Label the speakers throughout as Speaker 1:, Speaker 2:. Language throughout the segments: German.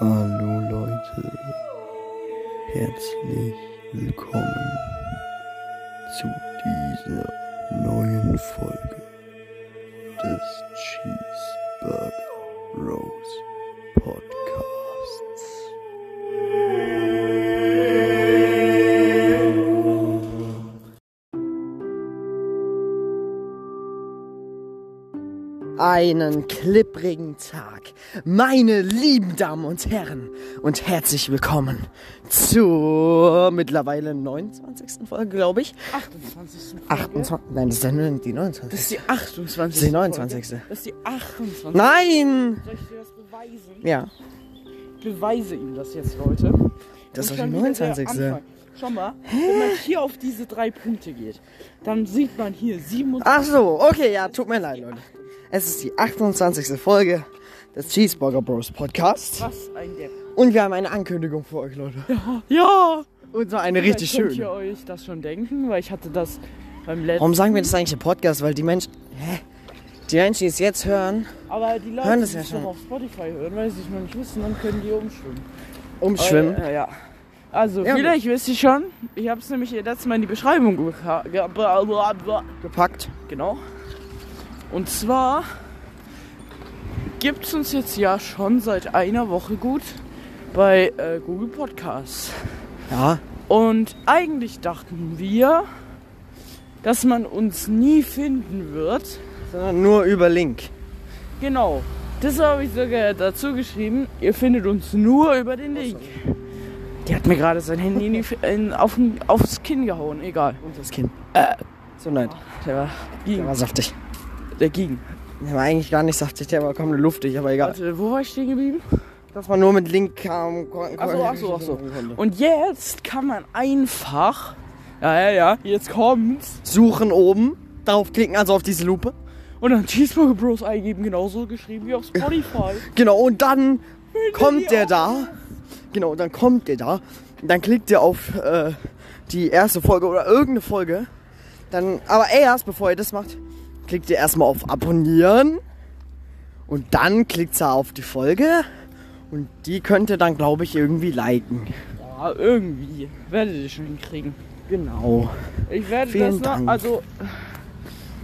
Speaker 1: Hallo Leute, herzlich willkommen zu dieser neuen Folge des Cheeseburger Rose Podcasts.
Speaker 2: Einen klipprigen Tag, meine lieben Damen und Herren, und herzlich willkommen zur mittlerweile 29. Folge, glaube ich.
Speaker 3: 28.
Speaker 2: 28. Nein, das ist ja nur die 29.
Speaker 3: Das ist die 28.
Speaker 2: Die 29..
Speaker 3: Folge. Das ist die 28.
Speaker 2: Nein!
Speaker 3: Soll ich dir das beweisen?
Speaker 2: Ja,
Speaker 3: Ich beweise ihm das jetzt, Leute.
Speaker 2: das
Speaker 3: Und
Speaker 2: ist
Speaker 3: schon wieder
Speaker 2: die
Speaker 3: der
Speaker 2: 29.
Speaker 3: Anfang. Schau mal, wenn man hier auf diese drei Punkte geht, dann sieht man hier 27.
Speaker 2: Ach so, okay, ja, tut mir leid, Leute. Es ist die 28. Folge des Cheeseburger Bros Podcast.
Speaker 3: Was ein Depp.
Speaker 2: Und wir haben eine Ankündigung für euch, Leute.
Speaker 3: Ja!
Speaker 2: Und zwar eine richtig
Speaker 3: Vielleicht Könnt ihr
Speaker 2: schöne.
Speaker 3: euch das schon denken, weil ich hatte das beim letzten.
Speaker 2: Warum sagen wir das eigentlich im Podcast? Weil die Menschen. Hä? Die Menschen, die es jetzt hören,
Speaker 3: Aber die Leute,
Speaker 2: Hören
Speaker 3: die
Speaker 2: das ja
Speaker 3: es
Speaker 2: schon.
Speaker 3: noch auf Spotify hören, weil sie es noch nicht wissen, dann können die umschwimmen.
Speaker 2: umschwimmen.
Speaker 3: Äh, ja. Also,
Speaker 2: Ja,
Speaker 3: vielleicht wisst ihr schon, ich habe es nämlich letztes Mal in die Beschreibung geka- ge- bla- bla- bla-
Speaker 2: gepackt.
Speaker 3: Genau. Und zwar gibt es uns jetzt ja schon seit einer Woche gut bei äh, Google Podcasts.
Speaker 2: Ja,
Speaker 3: Und eigentlich dachten wir, dass man uns nie finden wird.
Speaker 2: sondern nur über Link.
Speaker 3: Genau. Das habe ich sogar dazu geschrieben. Ihr findet uns nur über den Link. Der hat mir gerade sein Handy in die, F- in, auf, den- aufs Kinn gehauen. Egal.
Speaker 2: Und das Kind. Äh, So nein,
Speaker 3: Der war
Speaker 2: der war
Speaker 3: gegen.
Speaker 2: saftig.
Speaker 3: Der ging.
Speaker 2: Der war eigentlich gar nicht saftig, der war komplett luftig, aber egal.
Speaker 3: Warte, wo war ich stehen geblieben?
Speaker 2: Dass man nur mit Link kam. kon-
Speaker 3: Ach so, ach so, ach so.
Speaker 2: konnte.
Speaker 3: Und jetzt kann man einfach. Ja, ja, ja, jetzt kommt's.
Speaker 2: Suchen oben, draufklicken, also auf diese Lupe.
Speaker 3: Und dann Cheeseburger Bros eingeben, genauso geschrieben wie auf Spotify.
Speaker 2: Genau, und dann
Speaker 3: die
Speaker 2: kommt der
Speaker 3: auch
Speaker 2: da. Genau, dann kommt der da. Und Dann klickt ihr auf äh, die erste Folge oder irgendeine Folge. Dann, aber erst, bevor ihr das macht, klickt ihr erstmal auf Abonnieren. Und dann klickt ihr auf die Folge. Und die könnt ihr dann, glaube ich, irgendwie liken.
Speaker 3: Ja, irgendwie. Werdet ihr schon hinkriegen.
Speaker 2: Genau.
Speaker 3: Ich werde
Speaker 2: Vielen
Speaker 3: das noch.
Speaker 2: Dank.
Speaker 3: Also.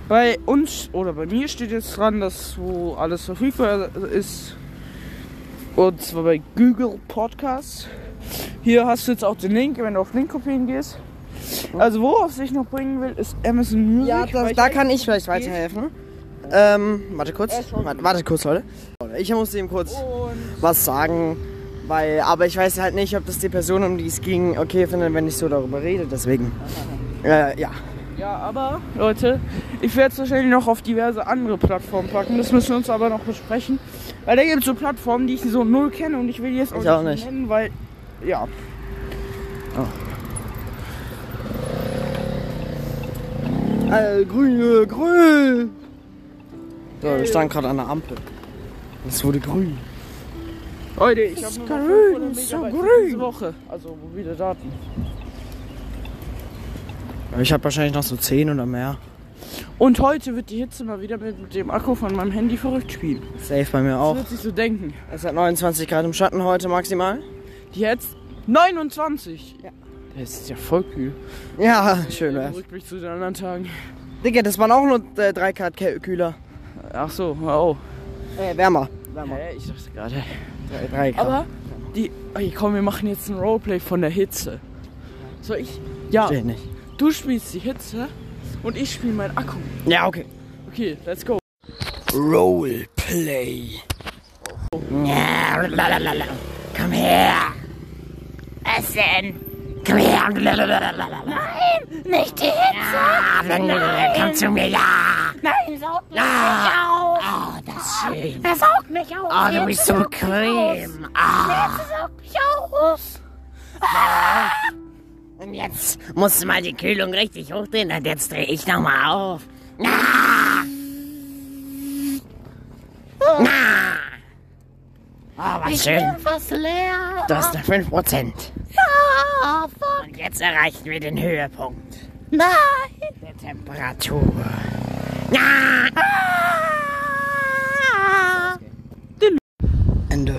Speaker 3: Bei uns oder bei mir steht jetzt dran, dass wo alles verfügbar ist. Und zwar bei Google Podcasts. Hier hast du jetzt auch den Link, wenn du auf Link kopieren gehst. Also worauf ich noch bringen will, ist Amazon Music.
Speaker 2: Ja,
Speaker 3: weil
Speaker 2: da,
Speaker 3: ich
Speaker 2: da kann ich vielleicht
Speaker 3: weiß, wie es geht.
Speaker 2: weiterhelfen. Ähm, warte kurz.
Speaker 3: Äh, schon.
Speaker 2: Warte, warte kurz, Leute. Ich muss dem kurz.
Speaker 3: Und
Speaker 2: was sagen. Weil, aber ich weiß halt nicht, ob das die Person, um die es ging, okay findet, wenn ich so darüber rede. Deswegen. Äh, ja.
Speaker 3: Ja, aber Leute, ich werde es wahrscheinlich noch auf diverse andere Plattformen packen. Das müssen wir uns aber noch besprechen. Weil da gibt es so Plattformen, die ich so null kenne und ich will die jetzt auch,
Speaker 2: Ich auch nicht.
Speaker 3: nennen, weil. Ja.
Speaker 2: Äh, grün, äh, grün. So, wir standen gerade an der Ampel. Es wurde grün.
Speaker 3: Leute, ich habe
Speaker 2: Ist
Speaker 3: nur noch
Speaker 2: grün,
Speaker 3: 500
Speaker 2: ist so
Speaker 3: Megabyte für
Speaker 2: grün.
Speaker 3: diese Woche. Also mobile Daten.
Speaker 2: Aber Ich habe wahrscheinlich noch so 10 oder mehr.
Speaker 3: Und heute wird die Hitze mal wieder mit, mit dem Akku von meinem Handy verrückt spielen.
Speaker 2: Safe bei mir
Speaker 3: Das
Speaker 2: auch.
Speaker 3: wird sich so denken.
Speaker 2: Es hat 29 Grad im Schatten heute maximal.
Speaker 3: Die jetzt 29. Ja. Das ist ja voll kühl.
Speaker 2: Ja, schön
Speaker 3: Im
Speaker 2: wär's.
Speaker 3: Rückblick zu den anderen Tagen.
Speaker 2: Digga, das waren auch nur äh, 3 Grad Kä- kühler.
Speaker 3: Ach so, wow.
Speaker 2: Äh, wärmer.
Speaker 3: Hä, ich dachte gerade.
Speaker 2: 3 Grad.
Speaker 3: Aber die. Ey, komm, wir machen jetzt ein Roleplay von der Hitze. Soll ich? Ja,
Speaker 2: Versteh ich nicht.
Speaker 3: du spielst die Hitze und ich spiele meinen Akku.
Speaker 2: Ja, okay.
Speaker 3: Okay, let's go.
Speaker 2: Roleplay. Komm her. Essen. Komm her. Nein, nicht die Hitze. Nein. Komm zu mir, ja.
Speaker 4: Nein, saugt mich nicht auf!
Speaker 2: Oh, das ist schön.
Speaker 4: Er saugt mich auf!
Speaker 2: Oh, du
Speaker 4: Jetzt
Speaker 2: bist so
Speaker 4: saugt mich aus.
Speaker 2: bequem. Ah.
Speaker 4: Jetzt saugt mich aus!
Speaker 2: Und jetzt musst du mal die Kühlung richtig hochdrehen und jetzt drehe ich nochmal auf. Ah. Ah. Oh, was schön.
Speaker 4: Bin fast leer!
Speaker 2: Du hast noch 5%.
Speaker 4: Ah, fuck!
Speaker 2: Und jetzt erreichen wir den Höhepunkt.
Speaker 4: Nein!
Speaker 2: Der Temperatur.
Speaker 4: Ah.
Speaker 2: Ende.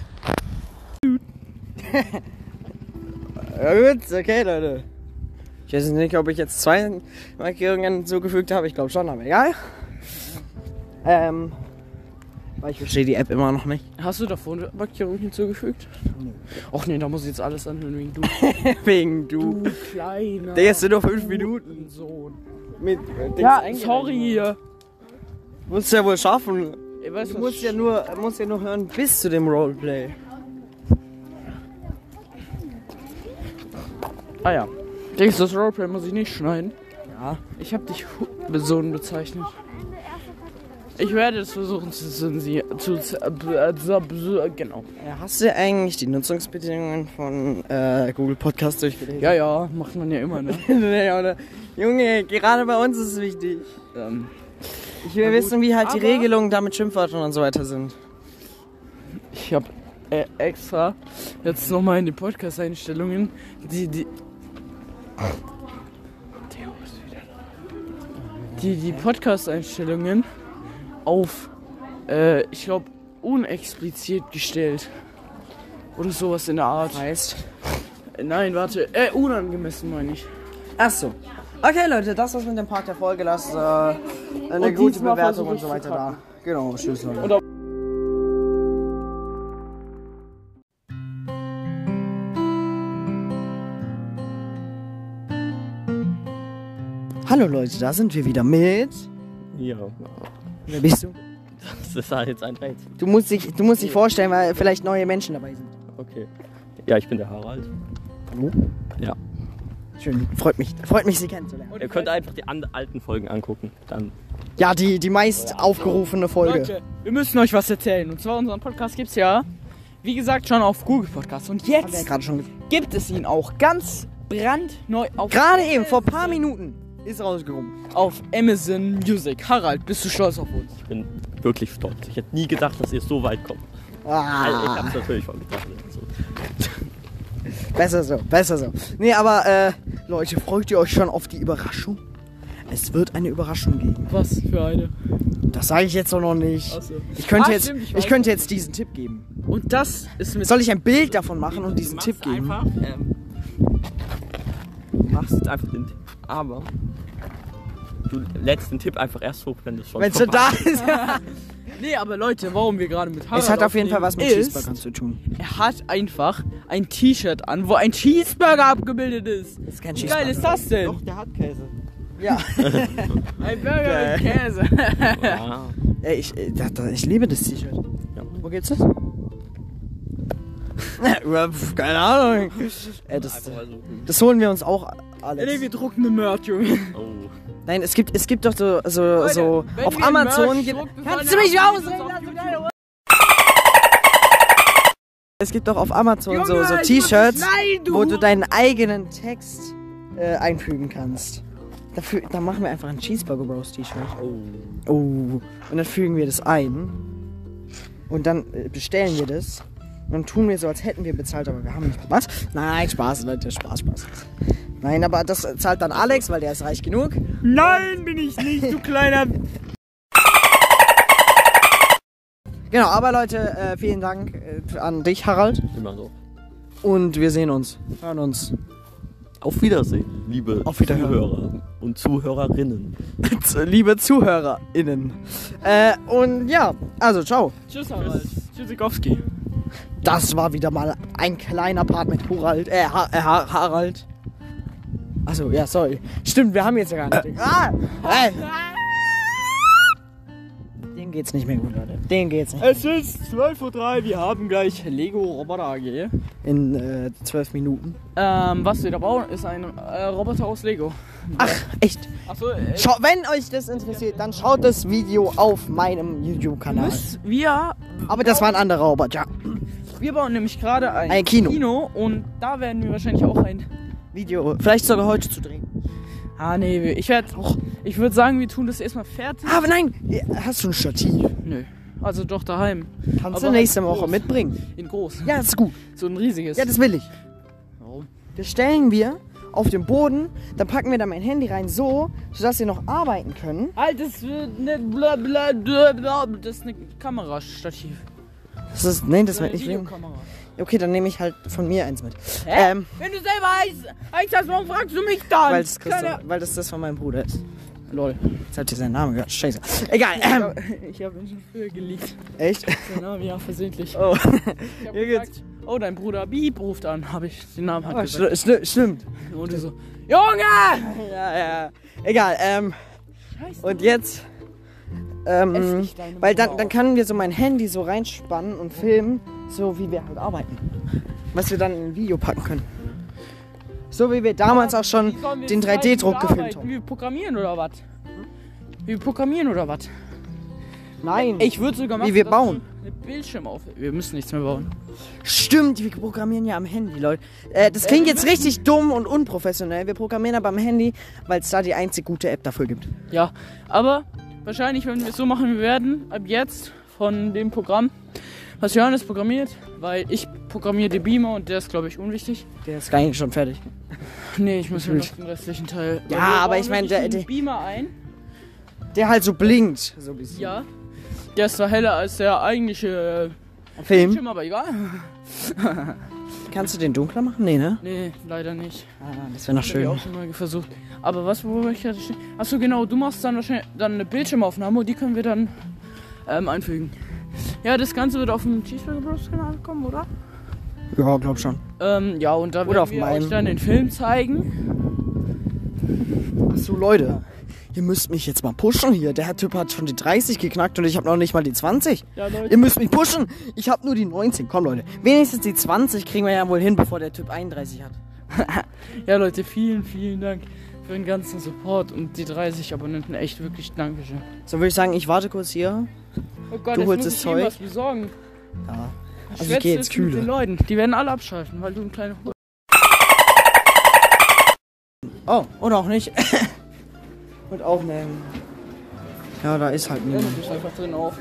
Speaker 2: Ja, gut, okay, Leute. Ich weiß nicht, ob ich jetzt zwei Markierungen hinzugefügt habe. Ich glaube schon, aber egal. Ähm. Weil ich verstehe die App immer noch nicht.
Speaker 3: Hast du davor eine Markierung hinzugefügt? Och nee, da muss ich jetzt alles anhören wegen du.
Speaker 2: Wegen du.
Speaker 3: Du kleiner.
Speaker 2: Der ist nur fünf Minuten.
Speaker 3: Sohn.
Speaker 2: Mit, äh,
Speaker 3: Ja, sorry.
Speaker 2: Musst du ja wohl schaffen.
Speaker 3: Ich weiß,
Speaker 2: Du musst ja nur, musst ja nur hören bis zu dem Roleplay.
Speaker 3: Ah ja. Denkst du, das Roleplay muss ich nicht schneiden?
Speaker 2: Ja.
Speaker 3: Ich habe dich Sohn bezeichnet. Ich werde es versuchen zu zensieren. Zu, z- äh, b- äh, z- b- genau.
Speaker 2: Ja, Äh, Hast du eigentlich die Nutzungsbedingungen von äh, Google Podcast durchgelesen?
Speaker 3: Ja, ja, macht man ja immer, ne?
Speaker 2: Nee, oder? Junge, gerade bei uns ist es wichtig.
Speaker 3: ähm,
Speaker 2: Ich will wissen, wie halt die
Speaker 3: aber-
Speaker 2: Regelungen da mit Schimpfwörtern und so weiter sind.
Speaker 3: ich habe äh, extra jetzt nochmal in die Podcast-Einstellungen die, die. Theo ist wieder da. Die, die Podcast-Einstellungen auf, äh, ich glaube, unexplizit gestellt. Oder sowas in der Art.
Speaker 2: Heißt.
Speaker 3: Äh, Nein, warte. Äh, unangemessen meine ich.
Speaker 2: Ach so. Okay, Leute, das war's mit dem Part der Folge. Lasst äh, eine
Speaker 3: Und
Speaker 2: gute
Speaker 3: diesmal
Speaker 2: Bewertung
Speaker 3: versuch
Speaker 2: und
Speaker 3: ich
Speaker 2: so
Speaker 3: zu
Speaker 2: weiter da. Genau, tschüss, Leute. Hallo Leute, da sind wir wieder mit.
Speaker 5: Ja,
Speaker 2: Wer bist du?
Speaker 5: das ist halt jetzt ein Rätsel.
Speaker 2: Du musst dich, du musst dich vorstellen, weil vielleicht neue Menschen dabei sind.
Speaker 5: Okay. Ja, ich bin der Harald.
Speaker 2: Hallo?
Speaker 5: Ja.
Speaker 2: Schön, freut mich, freut mich, Sie kennenzulernen.
Speaker 5: Ihr könnt einfach die an- alten Folgen angucken. Dann.
Speaker 2: Ja, die, die meist aufgerufene Folge.
Speaker 3: Leute, wir müssen euch was erzählen. Und zwar unseren Podcast gibt's ja, wie gesagt, schon auf Google Podcast. Und
Speaker 2: Haben wir ja
Speaker 3: jetzt
Speaker 2: gerade schon gesagt.
Speaker 3: gibt es ihn auch ganz brandneu auf,
Speaker 2: Gerade eben, vor paar Minuten, ist rausgekommen.
Speaker 3: auf Amazon Music. Harald, bist du stolz auf uns?
Speaker 5: Ich bin wirklich stolz. Ich hätte nie gedacht, dass ihr so weit kommt. Also, ich
Speaker 2: Ah,
Speaker 5: hab's natürlich schon gedacht. Also,
Speaker 2: besser so, besser so. Nee, aber äh, Leute, freut ihr euch schon auf die Überraschung? Es wird eine Überraschung geben.
Speaker 3: Was für eine.
Speaker 2: Das sage ich jetzt auch noch nicht. Ich könnte
Speaker 3: Ah,
Speaker 2: jetzt,
Speaker 3: stimmt, ich
Speaker 2: ich,
Speaker 3: weiß.
Speaker 2: könnte jetzt diesen Tipp geben.
Speaker 3: Und das ist mit.
Speaker 2: Soll ich ein Bild davon machen und diesen Tipp geben?
Speaker 5: Einfach, ähm, du machst jetzt einfach den Tipp, aber du lädst den Tipp einfach erst hoch, wenn es schon
Speaker 2: Wenn es schon
Speaker 5: vorbei
Speaker 2: da ist.
Speaker 3: Nee, aber Leute, warum wir gerade mit Harald.
Speaker 2: Es hat auf jeden Fall was
Speaker 3: aufnehmen,
Speaker 2: mit
Speaker 3: ist,
Speaker 2: Cheeseburgern zu tun.
Speaker 3: Er hat einfach ein T-Shirt an, wo ein Cheeseburger abgebildet ist.
Speaker 2: Das ist kein
Speaker 3: Wie geil
Speaker 2: Cheeseburger.
Speaker 3: ist das denn?
Speaker 5: der hat Käse.
Speaker 2: Ja.
Speaker 3: Ein Burger mit Käse.
Speaker 5: Ja.
Speaker 2: Ey, ich, äh, da- da- ich liebe das T-Shirt.
Speaker 5: Ja.
Speaker 2: Wo geht's das? Ja, pf, Keine Ahnung. Äh, das,
Speaker 5: Einfach mal so.
Speaker 2: das holen wir uns auch, Alex.
Speaker 3: Nee, wir drucken eine Merch, Junge.
Speaker 5: Oh.
Speaker 2: Nein, es gibt, es gibt doch so, so, so
Speaker 3: wenn
Speaker 2: auf
Speaker 3: wir
Speaker 2: Amazon
Speaker 3: Merch
Speaker 2: gibt,
Speaker 3: drucken,
Speaker 2: Kannst du
Speaker 3: fallen
Speaker 2: mich
Speaker 3: wir
Speaker 2: ausreden?
Speaker 3: auf
Speaker 2: Lass
Speaker 3: YouTube.
Speaker 2: mich deine Ohren- Es gibt doch auf Amazon so,
Speaker 3: Junge,
Speaker 2: so
Speaker 3: ich muss
Speaker 2: T-Shirts,
Speaker 3: dich- nein, du
Speaker 2: wo du
Speaker 3: Hure-
Speaker 2: deinen eigenen Text äh, einfügen kannst. Dafür, dann machen wir einfach ein Cheeseburger Bros T-Shirt. Oh. Und dann fügen wir das ein. Und dann äh, bestellen wir das. Und dann tun wir so, als hätten wir bezahlt, aber wir haben nicht was? Nein, Spaß, Leute, Spaß, Spaß. Nein, aber das äh, zahlt dann Alex, weil der ist reich genug.
Speaker 3: Nein, bin ich nicht, du kleiner.
Speaker 2: Genau, aber Leute, äh, vielen Dank äh, an dich, Harald.
Speaker 5: Immer so.
Speaker 2: Und wir sehen uns. Hören uns.
Speaker 5: Auf Wiedersehen, liebe
Speaker 2: Auf Wiederhören.
Speaker 5: Zuhörer und Zuhörerinnen.
Speaker 2: Liebe ZuhörerInnen. Äh, und ja, also ciao.
Speaker 3: Tschüss, Harald. Tschüssikowski.
Speaker 2: Das war wieder mal ein kleiner Part mit Harald. Äh, ha äh ha Harald. Achso, ja, sorry. Stimmt, wir haben jetzt ja gar nicht. Ah, äh. Dem geht's nicht mehr gut, Leute. Dem geht's nicht.
Speaker 3: Es ist 12.03 Uhr, wir haben gleich Lego Roboter AG.
Speaker 2: In äh, zwölf Minuten.
Speaker 3: Ähm, was wir da bauen, ist ein äh, Roboter aus Lego. äh,
Speaker 2: Ach, echt.
Speaker 3: Achso,
Speaker 2: Schau, wenn euch das interessiert, dann schaut das Video auf meinem YouTube-Kanal.
Speaker 3: wir,
Speaker 2: Aber das war ein anderer Robot, ja.
Speaker 3: wir bauen nämlich gerade ein,
Speaker 2: Ein Kino.
Speaker 3: und da werden wir wahrscheinlich auch ein.
Speaker 2: Video, vielleicht sogar heute zu drehen.
Speaker 3: Ah nee, wir- ich werde. Ich würde sagen, wir tun das erstmal fertig.
Speaker 2: Aber nein, hast du ein Stativ?
Speaker 3: Nö. Also doch daheim.
Speaker 2: Kannst
Speaker 3: Aber
Speaker 2: du nächste
Speaker 3: halt
Speaker 2: Woche
Speaker 3: groß.
Speaker 2: mitbringen.
Speaker 3: In groß.
Speaker 2: Ja, das ist gut.
Speaker 3: So ein riesiges.
Speaker 2: Ja, das will ich.
Speaker 3: Warum?
Speaker 2: Das stellen wir auf den Boden, dann packen wir da mein Handy rein, so, sodass wir noch arbeiten können.
Speaker 3: äh, Halt, das wird ne bla bla bla bla. Das ist ne Kamerastativ.
Speaker 2: Das ist, nee, das wird
Speaker 3: Deine
Speaker 2: nicht leben.
Speaker 3: Videokamera.
Speaker 2: Okay, dann nehme ich halt von mir eins mit.
Speaker 3: Hä?
Speaker 2: Ähm,
Speaker 3: Wenn du selber eins, eins hast, warum fragst du mich dann?
Speaker 2: weil, das
Speaker 3: Kleiner-
Speaker 2: Christo, weil das das von meinem Bruder ist. Lol. Jetzt habt ihr seinen Namen gehört. Scheiße. Egal.
Speaker 3: Ich
Speaker 2: Ähm,
Speaker 3: hab- Ich habe ihn schon früher geleakt.
Speaker 2: echt?
Speaker 3: Den Namen, Genau, ja, versehentlich.
Speaker 2: Oh.
Speaker 3: Ich hab
Speaker 2: Hier geht's.
Speaker 3: gesagt, oh, dein Bruder Bieb ruft an, habe ich den Namen halt
Speaker 2: Oh,
Speaker 3: gesagt.
Speaker 2: schli- schli- stimmt.
Speaker 3: Und du so, Junge!
Speaker 2: Ja, ja. Egal. Ähm,
Speaker 3: Scheiße.
Speaker 2: und jetzt. Ähm,
Speaker 3: ich deine
Speaker 2: weil dann,
Speaker 3: Mama
Speaker 2: dann können wir so mein Handy so reinspannen und filmen, so wie wir halt arbeiten. Was wir dann in ein Video packen können. So wie wir damals auch schon
Speaker 3: Wie sollen wir
Speaker 2: den
Speaker 3: zwei
Speaker 2: 3D-Druck
Speaker 3: Stunden
Speaker 2: gefilmt
Speaker 3: arbeiten?
Speaker 2: haben.
Speaker 3: Wir programmieren oder was? Wir programmieren oder was?
Speaker 2: Nein.
Speaker 3: Ich würde sogar machen,
Speaker 2: wir
Speaker 3: dass
Speaker 2: bauen.
Speaker 3: du einen Bildschirm auf. Wir müssen nichts mehr bauen.
Speaker 2: Stimmt, wir programmieren ja am Handy, Leute. Äh, das klingt jetzt richtig dumm und unprofessionell. Wir programmieren aber am Handy, weil es da die einzig gute App dafür gibt.
Speaker 3: Ja, aber wahrscheinlich, wenn wir es so machen, wir werden ab jetzt von dem Programm, was Johannes programmiert, weil ich programmiere den Beamer und der ist, glaube ich, unwichtig.
Speaker 2: Der ist eigentlich schon fertig.
Speaker 3: Nee, ich muss mir noch den restlichen Teil.
Speaker 2: Ja,
Speaker 3: Wir
Speaker 2: aber
Speaker 3: bauen
Speaker 2: ich mein,
Speaker 3: wirklich
Speaker 2: der-
Speaker 3: einen
Speaker 2: der-
Speaker 3: Beamer ein.
Speaker 2: Der halt so blinkt. So ein bisschen.
Speaker 3: Ja. Der ist zwar heller als der eigentliche
Speaker 2: Film.
Speaker 3: Bildschirm, aber egal.
Speaker 2: Kannst du den dunkler machen? Nee, ne?
Speaker 3: Nee, leider nicht.
Speaker 2: Ah, das wäre noch
Speaker 3: Ich habe
Speaker 2: schön.
Speaker 3: auch schon mal versucht. Aber was, wo war ich gerade stehen? Achso, genau, du machst dann wahrscheinlich dann eine Bildschirmaufnahme und die können wir dann ähm, einfügen. Ja, das Ganze wird auf dem Cheeseburger Bros. Kanal kommen, oder?
Speaker 2: Ja, glaub schon.
Speaker 3: Ähm, ja, und da
Speaker 2: Oder auf
Speaker 3: werden wir
Speaker 2: meinem.
Speaker 3: euch dann den Film zeigen.
Speaker 2: Achso, Leute. Ihr müsst mich jetzt mal pushen hier. Der Typ hat schon die 30 geknackt und ich habe noch nicht mal die 20.
Speaker 3: Ja, Leute.
Speaker 2: Ihr müsst mich pushen. Ich habe nur die 19. Komm, Leute. Wenigstens die 20 kriegen wir ja wohl hin, bevor der Typ 31 hat.
Speaker 3: Ja, Leute, vielen, vielen Dank für den ganzen Support und die 30 Abonnenten. Echt wirklich Dankeschön.
Speaker 2: So würde ich sagen, ich warte kurz hier.
Speaker 3: Oh Gott,
Speaker 2: Du
Speaker 3: jetzt
Speaker 2: holst
Speaker 3: muss
Speaker 2: das
Speaker 3: ich ihm
Speaker 2: Zeug?
Speaker 3: was besorgen.
Speaker 2: Ja.
Speaker 3: Ich
Speaker 2: Also ich
Speaker 3: schwätze
Speaker 2: gehe jetzt
Speaker 3: mit den
Speaker 2: kühle.
Speaker 3: Leuten. Die werden alle abschalten, weil du ein kleiner Hure.
Speaker 2: Oh, oder auch nicht. Und aufnehmen. Ja, da ist halt
Speaker 3: Du
Speaker 2: niemand.
Speaker 3: bist einfach drin auf.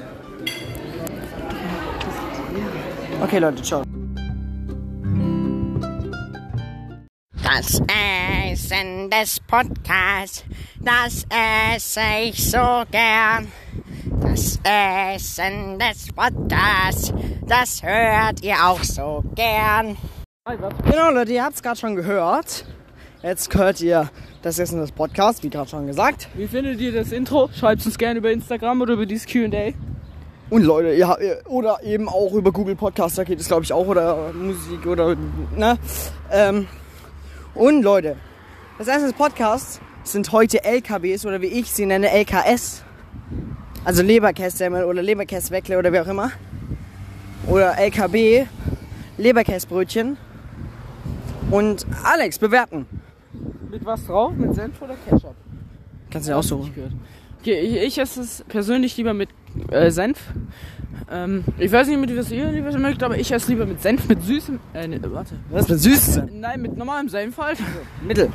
Speaker 2: Okay, Leute, ciao.
Speaker 4: Das Essen des Podcasts, das esse ich so gern. Das Essen des Podcasts, das hört ihr auch so gern.
Speaker 2: Genau, Leute, ihr habt es gerade schon gehört. Jetzt hört ihr das Essen des Podcasts, wie gerade schon gesagt.
Speaker 3: Wie findet ihr das Intro? Schreibt uns gerne über Instagram oder über dieses QA.
Speaker 2: Und Leute, ihr habt, ihr- oder eben auch über Google Podcast, da geht es glaube ich auch, oder Musik oder, ne? Ähm, und Leute, das Essen des Podcasts sind heute LKWs oder wie ich sie nenne, LKS. Also Leberkässemmel oder Leberkässweckle oder wie auch immer. Oder LKB, Leberkässbrötchen. Und Alex, bewerten.
Speaker 3: Mit was drauf? Mit Senf oder Ketchup?
Speaker 2: Kannst du dir aussuchen.
Speaker 3: Okay, ich, ich esse es persönlich lieber mit äh, Senf. Ähm, ich weiß nicht, mit was ihr lieber mögt, aber ich esse lieber mit Senf, mit süßem. Äh, nee, warte.
Speaker 2: Das ist süß.
Speaker 3: Nein, mit normalem Senf halt.
Speaker 2: Also, Mittel.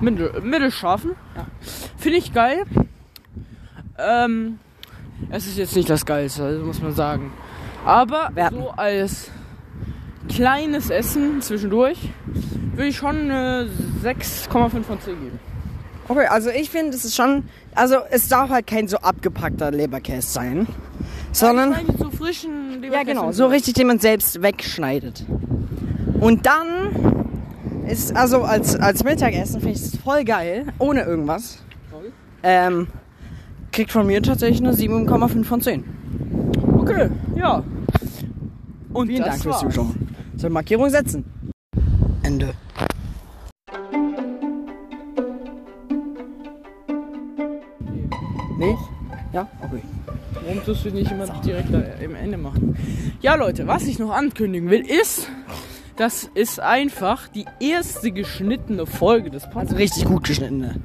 Speaker 3: Mittel, mittelscharfen. Finde ich geil. Ähm, es ist jetzt nicht das Geilste, also muss man sagen. Aber
Speaker 2: Werten.
Speaker 3: so als kleines Essen zwischendurch würde ich schon eine 6,5 von 10 geben.
Speaker 2: Okay, also ich finde, es ist schon. Also es darf halt kein so abgepackter Leberkäse sein. Sondern.
Speaker 3: Ich meine, so frischen
Speaker 2: Ja, genau. So richtig, den man selbst wegschneidet. Und dann ist, also als, als Mittagessen finde ich es voll geil, ohne irgendwas. Ähm, kriegt von mir tatsächlich eine 7,5 von 10.
Speaker 3: Okay, ja. Und
Speaker 2: Vielen
Speaker 3: das
Speaker 2: Dank fürs
Speaker 3: war's.
Speaker 2: Zuschauen. Soll Markierung setzen. Ende. Nee? Ja? Okay.
Speaker 3: Warum tust du nicht immer direkt da im Ende machen? Ja, Leute, was ich noch ankündigen will, ist, das ist einfach die erste geschnittene Folge des Podcasts.
Speaker 2: Also richtig gut geschnittene.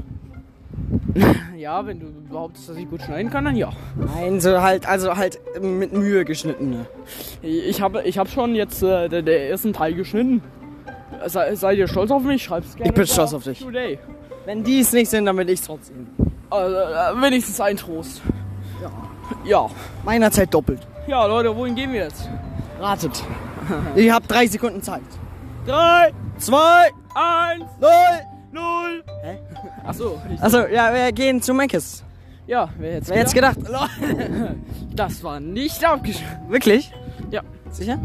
Speaker 3: ja, wenn du behauptest, dass ich gut schneiden kann, dann ja.
Speaker 2: Nein, so halt, also halt mit Mühe geschnittene.
Speaker 3: Ich habe ich hab schon jetzt äh, den, den ersten Teil geschnitten. Sei, seid ihr stolz auf mich? Schreib's gerne.
Speaker 2: Ich bin
Speaker 3: da
Speaker 2: stolz auf dich.
Speaker 3: Today.
Speaker 2: Wenn die es nicht sind, dann will ich es trotzdem.
Speaker 3: Also, äh, wenigstens ein Trost. Ja. Ja.
Speaker 2: Meiner Zeit doppelt.
Speaker 3: Ja, Leute, wohin gehen wir jetzt?
Speaker 2: Ratet. Ihr habt drei Sekunden Zeit.
Speaker 3: Drei,
Speaker 2: Zwei,
Speaker 3: eins,
Speaker 2: null.
Speaker 3: null.
Speaker 2: Hä?
Speaker 3: Achso, ich
Speaker 2: Also ja, wir gehen zu Meckes.
Speaker 3: Ja, wer jetzt
Speaker 2: Wer hätte es gedacht? Lol.
Speaker 3: Das war nicht abgeschnitten.
Speaker 2: Wirklich?
Speaker 3: Ja. Sicher?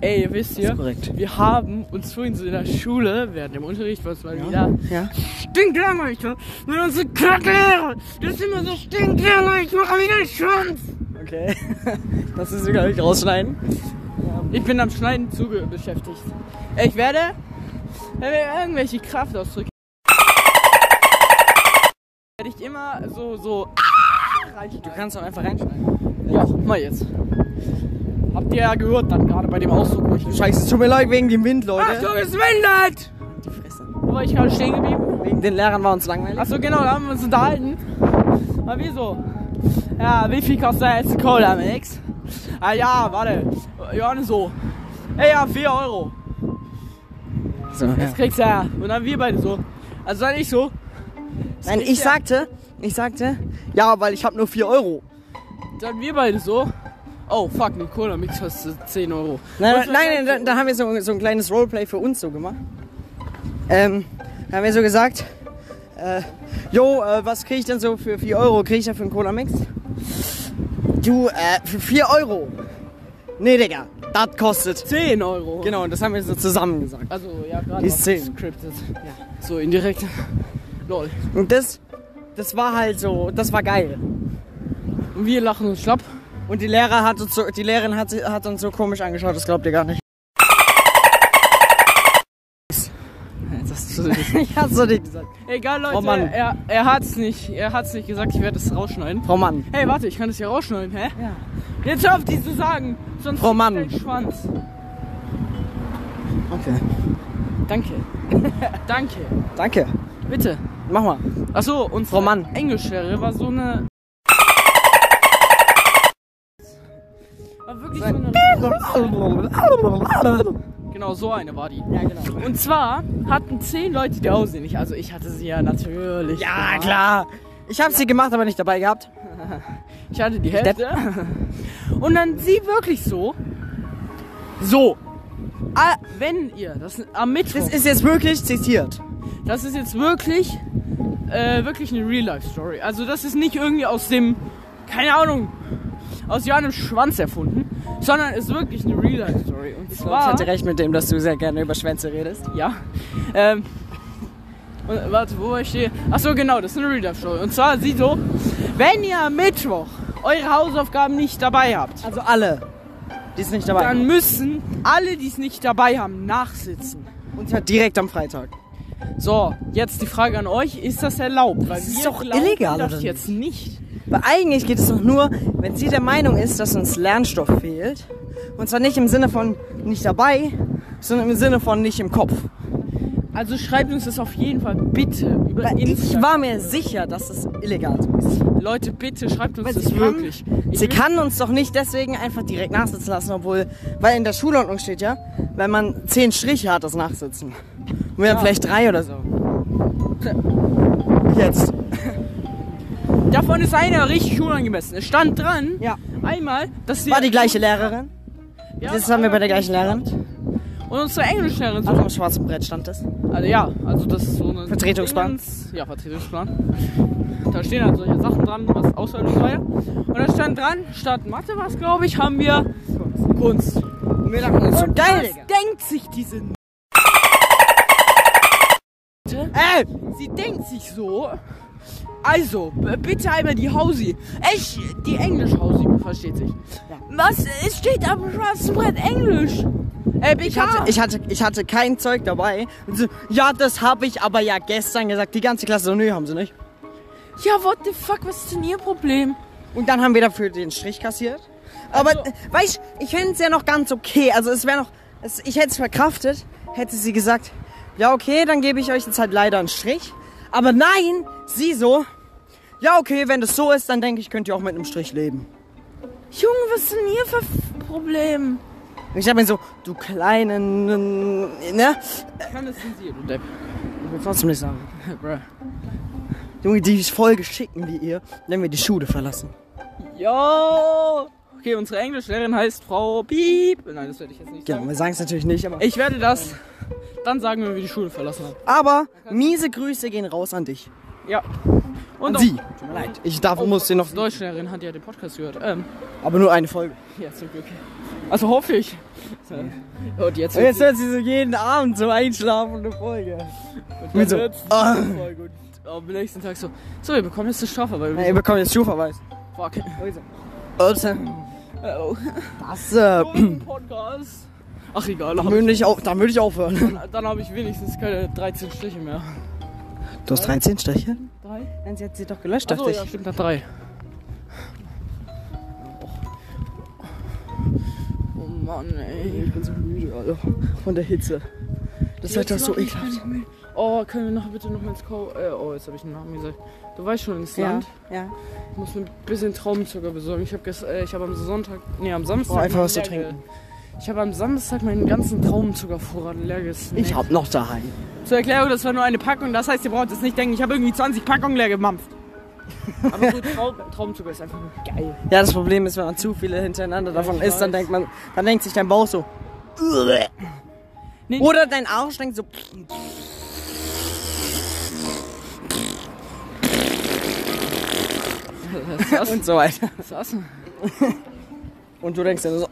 Speaker 3: Ey, ihr wisst ja,
Speaker 2: korrekt.
Speaker 3: wir haben uns vorhin so in der Schule, während dem Unterricht, was mal wieder
Speaker 2: Ja.
Speaker 3: stinklangweilig war, mit unserer Kacklehrer. Das ist immer so stinklangweilig, ich mache wieder Schwanz.
Speaker 2: Okay. Das ist sogar nicht rausschneiden.
Speaker 3: Ich bin am Schneiden zuge beschäftigt. Ich werde, wenn wir irgendwelche Kraftausdrücke, werde ich immer so, so, ah,
Speaker 2: Du kannst auch einfach reinschneiden.
Speaker 3: ja, guck mal jetzt. Habt ihr ja gehört, dann gerade bei dem Ausdruck, wo ich
Speaker 2: Scheiße, es tut mir leid wegen dem Wind, Leute.
Speaker 3: Achtung, es windet!
Speaker 2: Die Fresse.
Speaker 3: Wo war ich gerade stehen geblieben?
Speaker 2: Wegen den Lehrern war uns langweilig.
Speaker 3: Achso, genau, da haben wir uns unterhalten. Aber wieso? Ja, wie viel kostet jetzt Cola, Max? Ah ja, warte. Johannes so. Ey, ja, 4 Euro.
Speaker 2: So, ja.
Speaker 3: Das kriegst du ja. Und dann wir beide so. Also dann ich so. Das
Speaker 2: Nein,
Speaker 3: kriegst
Speaker 2: ich
Speaker 3: du ja.
Speaker 2: sagte, ich sagte, ja, weil ich habe nur 4 Euro.
Speaker 3: Dann wir beide so. Oh, fuck, eine Cola-Mix kostet 10 Euro.
Speaker 2: Nein,
Speaker 3: Was
Speaker 2: nein, nein,
Speaker 3: vergleichst
Speaker 2: da, da haben wir so, so ein kleines Roleplay für uns so gemacht. Ähm, da haben wir so gesagt, äh, jo, äh, was kriege ich denn so für 4 Euro? Kriege ich da für einen Cola-Mix? Du, äh, für 4 Euro? Nee, Digga, das kostet.
Speaker 3: du? 10 Euro.
Speaker 2: Genau, und das haben wir so zusammen gesagt.
Speaker 3: Also, ja, gerade
Speaker 2: Die
Speaker 3: noch
Speaker 2: ist 10.
Speaker 3: gescriptet. So, indirekt. Lol.
Speaker 2: Und das, das war halt so, das war geil.
Speaker 3: Und wir lachen uns schlapp.
Speaker 2: Und die, Lehrer hat uns so, die Lehrerin hat, hat uns so komisch angeschaut, das glaubt ihr gar nicht.
Speaker 3: Das
Speaker 2: Ich hab's so nicht gesagt.
Speaker 3: Egal, Leute.
Speaker 2: Oh Mann.
Speaker 3: Er, er hat's nicht. Er hat's nicht gesagt. Ich werde es rausschneiden.
Speaker 2: Frau Mann.
Speaker 3: Hey, warte, ich kann das ja rausschneiden, hä? Ja. Jetzt hör auf, die zu sagen, sonst
Speaker 2: Frau
Speaker 3: kriegst
Speaker 2: Mann.
Speaker 3: du einen Schwanz.
Speaker 2: Okay.
Speaker 3: Danke. Danke.
Speaker 2: Danke.
Speaker 3: Bitte.
Speaker 2: Mach mal.
Speaker 3: Achso, und
Speaker 2: Frau Mann.
Speaker 3: Englischlehrerin war so eine. War wirklich so eine. Genau, so eine war die.
Speaker 2: Ja, genau.
Speaker 3: Und zwar hatten zehn Leute die Hause nicht. Also ich hatte sie ja natürlich.
Speaker 2: Ja,
Speaker 3: gemacht.
Speaker 2: klar. Ich habe sie gemacht, aber nicht dabei gehabt.
Speaker 3: Ich hatte die Hälfte. Und dann sie wirklich so. So. Ah, wenn ihr, das am Mittwoch.
Speaker 2: Das ist jetzt wirklich zitiert.
Speaker 3: Das ist jetzt wirklich, äh, wirklich eine Real-Life-Story. Also das ist nicht irgendwie aus dem, keine Ahnung, aus Johannes Schwanz erfunden, sondern ist wirklich eine Real-Life-Story. Und
Speaker 2: Ich
Speaker 3: zwar,
Speaker 2: hatte recht mit dem, dass du sehr gerne über Schwänze redest.
Speaker 3: ja, ähm, und, warte, wo war ich hier? Achso, genau, das ist eine Real-Life-Story. Und zwar sieht so, wenn ihr am Mittwoch eure Hausaufgaben nicht dabei habt,
Speaker 2: Also alle, die ist nicht dabei.
Speaker 3: dann müssen alle, die es nicht dabei haben, nachsitzen.
Speaker 2: und zwar direkt am Freitag.
Speaker 3: So, jetzt die Frage an euch, ist das erlaubt? Weil
Speaker 2: Das ist
Speaker 3: wir
Speaker 2: doch
Speaker 3: glauben
Speaker 2: illegal,
Speaker 3: das
Speaker 2: oder
Speaker 3: jetzt nicht.
Speaker 2: Weil eigentlich geht es doch nur, wenn sie der Meinung ist, dass uns Lernstoff fehlt. Und zwar nicht im Sinne von nicht dabei, sondern im Sinne von nicht im Kopf.
Speaker 3: Also schreibt uns das auf jeden Fall bitte über
Speaker 2: Weil ich
Speaker 3: Instagram.
Speaker 2: war mir sicher, dass es illegal so ist.
Speaker 3: Leute, bitte schreibt uns
Speaker 2: Weil
Speaker 3: das
Speaker 2: sie kann- Mhm.
Speaker 3: wirklich. Ich
Speaker 2: Sie
Speaker 3: will-
Speaker 2: kann uns doch nicht deswegen einfach direkt nachsitzen lassen, obwohl, weil in der Schulordnung steht ja, wenn man zehn Striche hat, das Nachsitzen. Und wir haben vielleicht drei oder so. Jetzt.
Speaker 3: Davon ist einer richtig unangemessen. Es stand dran,
Speaker 2: Ja.
Speaker 3: einmal, dass sie.
Speaker 2: War die gleiche Lehrerin?
Speaker 3: Ja,
Speaker 2: Das haben wir bei der gleichen Lehrerin. Also-
Speaker 3: Und unsere Englischlehrerin so.
Speaker 2: Auch am schwarzen Brett stand das.
Speaker 3: Also ja, also das ist so eine.
Speaker 2: Vertretungsplan.
Speaker 3: Dingens- Ja, Vertretungsplan. Da stehen halt solche Sachen dran, was Auswahlung war. ja. Und da stand dran, statt Mathe was glaube ich, haben wir Kunst.
Speaker 2: Und wir dachten uns so, geil,
Speaker 3: was
Speaker 2: Digga.
Speaker 3: denkt sich diese. N- Äh, sie denkt sich so. Also, b- bitte einmal die Hausi. Ich, die Englisch-Hausi, versteht sich. Was? Es steht am schwarzen Brett Englisch. Äh, BK.
Speaker 2: Ich hatte, ich, hatte, ich hatte kein Zeug dabei. Und so, ja, das habe ich aber ja gestern gesagt. Die ganze Klasse so, nö, haben sie nicht.
Speaker 3: Ja, what the fuck, was ist denn ihr Problem?
Speaker 2: Und dann haben wir dafür den Strich kassiert. Aber
Speaker 3: Also-
Speaker 2: äh, weißt ich fände es ja noch ganz okay. Also es wäre noch, es, ich hätte es verkraftet, hätte sie gesagt, ja okay, dann gebe ich euch jetzt halt leider einen Strich. Aber nein, sie so, ja okay, wenn das so ist, dann denke ich, könnt ihr auch mit einem Strich leben.
Speaker 3: Junge, was ist denn ihr für F- Problem?
Speaker 2: Und ich habe mir so, du kleinen, ne?
Speaker 3: Ich kann das zensieren, du Depp.
Speaker 2: Ich will trotzdem nicht sagen.
Speaker 3: Bruh.
Speaker 2: Junge, die Folge schicken wir ihr, wenn wir die Schule verlassen.
Speaker 3: Yo! Okay, unsere Englischlehrerin heißt Frau Piep. Nein, das werde ich jetzt nicht
Speaker 2: Genau,
Speaker 3: sagen.
Speaker 2: wir sagen es natürlich nicht, aber...
Speaker 3: Ich werde das dann sagen, wenn wir die Schule verlassen haben.
Speaker 2: Aber miese Grüße gehen raus an dich.
Speaker 3: Ja. Und
Speaker 2: An
Speaker 3: auch-
Speaker 2: sie. Tut mir Oh, leid. Ich darf, muss dir noch...
Speaker 3: Unsere Deutschlehrerin hat ja den Podcast gehört. Ähm,
Speaker 2: Aber nur eine Folge.
Speaker 3: ja, zum Glück. Also hoffe ich. Und jetzt.
Speaker 2: Und jetzt hört sie so jeden Abend so einschlafende Folge.
Speaker 3: und
Speaker 2: mit so-
Speaker 3: jetzt-
Speaker 2: Ah.
Speaker 3: Voll gut. Am nächsten Tag so. So, wir bekommen jetzt eine Strafe, weil
Speaker 2: Ey,
Speaker 3: wir.
Speaker 2: wir bekommen jetzt Schuhverweis.
Speaker 3: Fuck.
Speaker 2: Ups.
Speaker 3: Oh.
Speaker 2: Das, äh,
Speaker 3: Podcast. Ach egal, hab
Speaker 2: würde ich auch, dann würde ich aufhören.
Speaker 3: ich, dann habe ich wenigstens keine 13 Stiche mehr.
Speaker 2: Du hast 13 Striche?
Speaker 3: Drei?
Speaker 2: Nein, sie hat sie doch gelöscht,
Speaker 3: Achso, ja, stimmt, dann drei. Oh Mann, ey.
Speaker 2: Ich bin so müde, Alter. Von der Hitze. Das Wetter ist so ekelhaft.
Speaker 3: Oh, können wir noch bitte noch mal ins Kau. Äh, oh, jetzt habe ich den Namen gesagt. Du weißt schon, ins
Speaker 2: Ja,
Speaker 3: Land.
Speaker 2: ja.
Speaker 3: Ich muss mir ein bisschen Traubenzucker besorgen. Ich habe äh, ich hab am Sonntag. Nee, am Samstag.
Speaker 2: Oh, einfach
Speaker 3: meinen
Speaker 2: was zu
Speaker 3: leer ge-
Speaker 2: trinken.
Speaker 3: Ich habe am Samstag meinen ganzen Traubenzuckervorrat leer gesnackt.
Speaker 2: Ich hab noch daheim.
Speaker 3: Zur Erklärung, das war nur eine Packung, das heißt, ihr braucht es nicht denken, ich habe irgendwie 20 Packungen leer gemampft. Aber gut, Traum, Traumzucker ist einfach nur geil.
Speaker 2: Ja, das Problem ist, wenn man zu viele hintereinander davon
Speaker 3: ich
Speaker 2: isst, dann
Speaker 3: weiß.
Speaker 2: denkt man, dann denkt sich dein Bauch so.
Speaker 3: Nee.
Speaker 2: Oder dein Arsch denkt so. Und so weiter.
Speaker 3: Was ist das?
Speaker 2: Und du denkst dann so,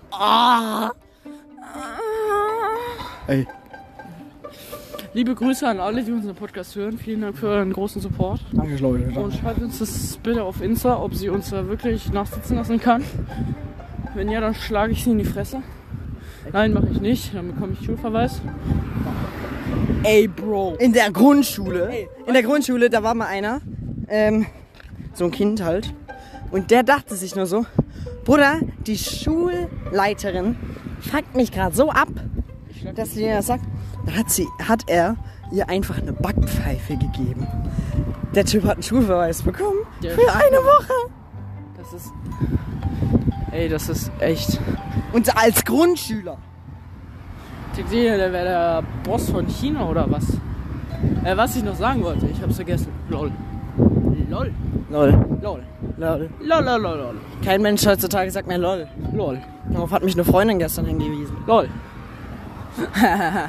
Speaker 3: Liebe Grüße an alle, die unseren Podcast hören. Vielen Dank für euren großen Support.
Speaker 2: danke Leute.
Speaker 3: Und schreibt uns das bitte auf Insta, ob sie uns da wirklich nachsitzen lassen kann. Wenn ja, dann schlage ich sie in die Fresse. Nein, mache ich nicht. Dann bekomme ich Schulverweis. Ey, Bro.
Speaker 2: In der Grundschule. in der Grundschule, da war mal einer, ähm, so ein Kind halt. Und der dachte sich nur so, Bruder, die Schulleiterin fuckt mich gerade so ab, dass sie das sagt. Dann hat, sie, hat er ihr einfach eine Backpfeife gegeben. Der Typ hat einen Schulverweis bekommen
Speaker 3: Der
Speaker 2: für eine Woche.
Speaker 3: Das ist. Ey, das ist echt.
Speaker 2: Und als Grundschüler.
Speaker 3: Denkt ihr, der wäre der Boss von China oder was? Äh, was ich noch sagen wollte, ich hab's vergessen. Lol. Lol.
Speaker 2: Lol,
Speaker 3: Lol.
Speaker 2: lol.
Speaker 3: Lol, lol, lol, lol.
Speaker 2: Kein Mensch heutzutage sagt mehr lol.
Speaker 3: Lol.
Speaker 2: Darauf hat mich eine Freundin gestern hingewiesen.
Speaker 3: Lol. ja,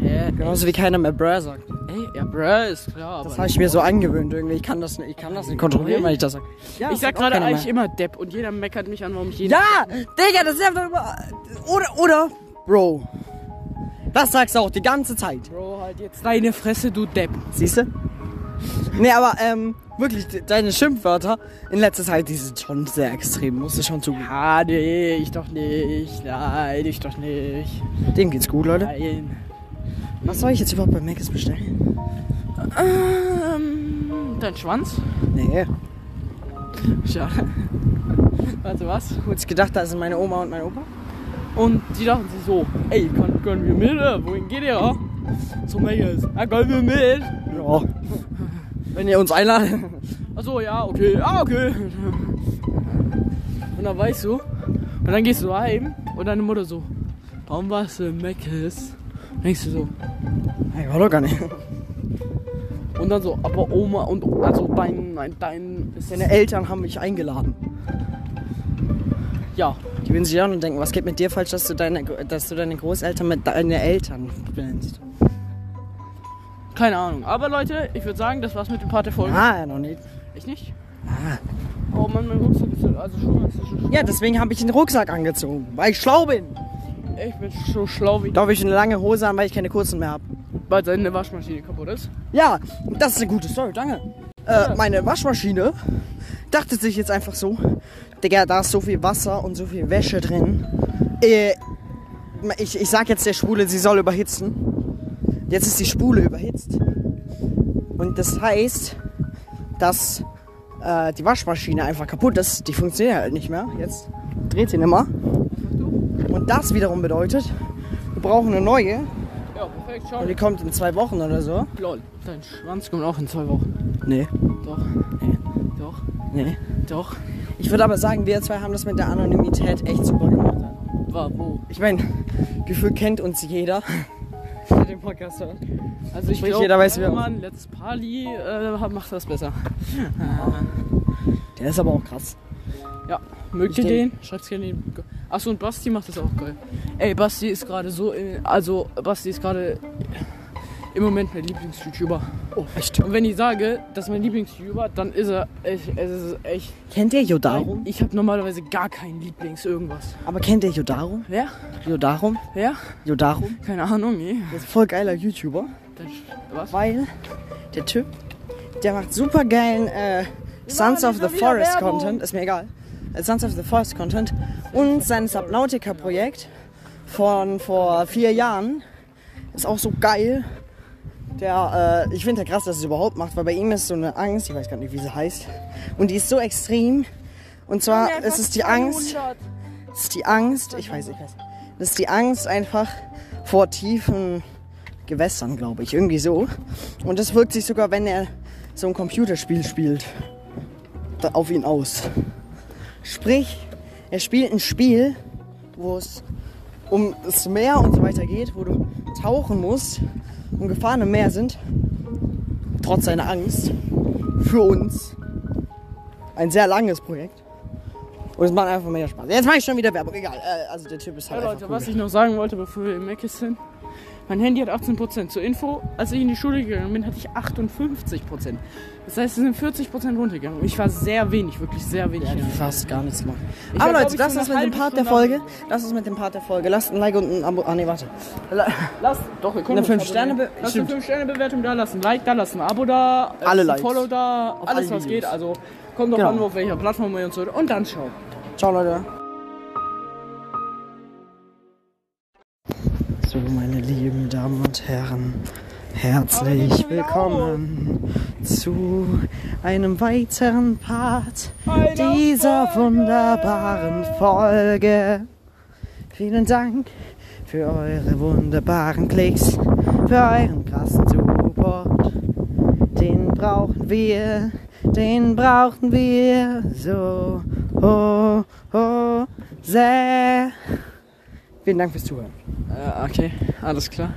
Speaker 2: Äh, Genauso wie keiner mehr Bruh sagt.
Speaker 3: ey, ja, bruh, ist klar.
Speaker 2: Das
Speaker 3: aber
Speaker 2: habe ich mir so angewöhnt irgendwie. Ich kann das nicht, ich kann das nicht kontrollieren, wenn ich das sage. Ja,
Speaker 3: ich sag gerade eigentlich immer Depp und jeder meckert mich an, warum ich jeden.
Speaker 2: Ja, Digga, das ist einfach über. Oder, oder, Bro. Das sagst du auch die ganze Zeit.
Speaker 3: Bro, halt jetzt deine Fresse, du Depp.
Speaker 2: Siehst du? Nee, aber ähm, wirklich, de- deine Schimpfwörter in letzter Zeit, die sind schon sehr extrem, musst du schon zugeben.
Speaker 3: Ah, nee, ich doch nicht. Nein, ich doch nicht.
Speaker 2: Dem geht's gut, Leute.
Speaker 3: Nein.
Speaker 2: Was soll ich jetzt überhaupt bei Mc's bestellen?
Speaker 3: Ähm, dein Schwanz?
Speaker 2: Nee.
Speaker 3: Schade. Warte, was?
Speaker 2: Kurz gedacht, da sind meine Oma und mein Opa.
Speaker 3: Und die dachten sich so, ey, können, können wir mit? äh? Wohin geht ihr? Zum Megas. Ja, können wir mit?
Speaker 2: Ja. Wenn ihr uns einladet.
Speaker 3: Achso, ja, okay, ja, okay. Und dann war ich so. Und dann gehst du heim und deine Mutter so, warum warst du im Meckes? Denkst du so.
Speaker 2: Ich war doch gar nicht.
Speaker 3: Und dann so, aber Oma und also dein, nein, dein ist E-"
Speaker 2: Deine Eltern haben mich eingeladen.
Speaker 3: Ja.
Speaker 2: Die würden sich auch nur denken, was geht mit dir falsch, dass du deine, dass du deine Großeltern mit deinen Eltern benennst.
Speaker 3: Keine Ahnung. Aber Leute, ich würde sagen, das war's mit dem Part der Folge.
Speaker 2: Ah, noch nicht.
Speaker 3: Ich nicht?
Speaker 2: Ah.
Speaker 3: Oh Mann, mein Rucksack ist also schon ganz schön.
Speaker 2: Ja, deswegen habe ich den Rucksack angezogen, weil ich schlau bin.
Speaker 3: Ich bin so schlau wie
Speaker 2: Da habe ich eine lange Hose an, weil ich keine kurzen mehr habe.
Speaker 3: weil seine Waschmaschine kaputt ist.
Speaker 2: Ja, das ist eine gute Story, danke. Äh, meine Waschmaschine dachte sich jetzt einfach so, Digga, da ist so viel Wasser und so viel Wäsche drin. Äh, ich, ich sag jetzt der Spule, sie soll überhitzen. Jetzt ist die Spule überhitzt. Und das heißt, dass äh, die Waschmaschine einfach kaputt ist. Die funktioniert halt nicht mehr. Jetzt dreht sie nicht mehr. Und das wiederum bedeutet, wir brauchen eine neue.
Speaker 3: Ja, perfekt,
Speaker 2: Und
Speaker 3: schau.
Speaker 2: die kommt in zwei Wochen oder so.
Speaker 3: Lol, dein Schwanz kommt auch in zwei Wochen.
Speaker 2: Nee.
Speaker 3: Doch. Doch.
Speaker 2: Nee.
Speaker 3: Doch.
Speaker 2: Ich würde aber sagen, wir zwei haben das mit der Anonymität echt super gemacht.
Speaker 3: War wo?
Speaker 2: Ich meine, gefühlt kennt uns jeder. Der den Podcast hört.
Speaker 3: Also ich
Speaker 2: Sprich,
Speaker 3: glaube,
Speaker 2: jeder weiß, wer-
Speaker 3: Mann, letztes Pali äh, macht das besser.
Speaker 2: Der ist aber auch krass.
Speaker 3: Ja, mögt ihr
Speaker 2: Ich denk-
Speaker 3: den? Schreibt's gerne in die Achso, und Basti macht das auch geil. Ey, Basti ist gerade so in, also Basti ist gerade im Moment mein Lieblings-YouTuber.
Speaker 2: Oh, echt?
Speaker 3: Und wenn ich sage, das ist mein Lieblings-YouTuber, dann ist er. Ich, es ist echt.
Speaker 2: Kennt ihr Jodarum?
Speaker 3: Ich habe normalerweise gar keinen Lieblings-Irgendwas.
Speaker 2: Aber kennt ihr Jodarum?
Speaker 3: Wer?
Speaker 2: Jodarum?
Speaker 3: Wer?
Speaker 2: Jodarum?
Speaker 3: Keine Ahnung, nee.
Speaker 2: Das ist voll geiler YouTuber.
Speaker 3: Dann, was?
Speaker 2: weil der Typ, der macht super geilen äh, Sons of the Forest Content, ist mir egal. Äh, Sons of the Forest Content und sein Subnautica Projekt von vor vier Jahren ist auch so geil. Der, äh, ich finde ja krass, dass er es überhaupt macht, weil bei ihm ist so eine Angst, ich weiß gar nicht, wie sie heißt, und die ist so extrem. Und zwar ist es die Angst, es ist die Angst, ich weiß, ich weiß, das ist die Angst einfach vor tiefen Gewässern, glaube ich, irgendwie so. Und das wirkt sich sogar, wenn er so ein Computerspiel spielt, da auf ihn aus. Sprich, er spielt ein Spiel, wo es um das Meer und so weiter geht, wo du tauchen musst und Gefahren im Meer sind, trotz seiner Angst, für uns ein sehr langes Projekt. Und es macht einfach mega Spaß. Jetzt mache ich schon wieder Werbung, egal. Äh, Also der Typ ist
Speaker 3: Ja,
Speaker 2: halt
Speaker 3: Leute,
Speaker 2: einfach cool.
Speaker 3: was ich noch sagen wollte, bevor wir im Meckes sind. Mein Handy hat 18%. Zur Info, als ich in die Schule gegangen bin, hatte ich 58%. Das heißt, es sind 40% runtergegangen. Und Ich war sehr wenig, wirklich sehr wenig.
Speaker 2: Fast gar nichts machen.
Speaker 3: Ich
Speaker 2: Aber
Speaker 3: hab,
Speaker 2: Leute,
Speaker 3: glaub
Speaker 2: das
Speaker 3: ich,
Speaker 2: ist
Speaker 3: so
Speaker 2: mit
Speaker 3: eine
Speaker 2: dem
Speaker 3: halbe
Speaker 2: Part der
Speaker 3: Stunde
Speaker 2: Folge. Das ist mit dem Part der Folge. Lasst ein Like und ein Abo. Ah, nee, warte.
Speaker 3: Lass, doch, wir können
Speaker 2: Eine
Speaker 3: uns
Speaker 2: Fünf-Sterne-Be-
Speaker 3: abonnieren. Lasst eine
Speaker 2: stimmt.
Speaker 3: 5-Sterne-Bewertung da lassen, Like da lassen, Abo da, äh,
Speaker 2: Alle
Speaker 3: ein
Speaker 2: Likes.
Speaker 3: Follow da, alles
Speaker 2: alle
Speaker 3: was
Speaker 2: Videos.
Speaker 3: geht. Also kommt doch
Speaker 2: Genau.
Speaker 3: an, auf welcher Plattform ihr uns hört. Und dann schaut.
Speaker 2: Ciao, Leute. So, meine lieben Damen und Herren, herzlich willkommen zu einem weiteren Part dieser wunderbaren Folge. Vielen Dank für eure wunderbaren Klicks, für euren krassen Support. Den brauchen wir, den brauchen wir so oh, oh, sehr. Vielen Dank fürs Zuhören.
Speaker 3: Äh, okay, alles klar.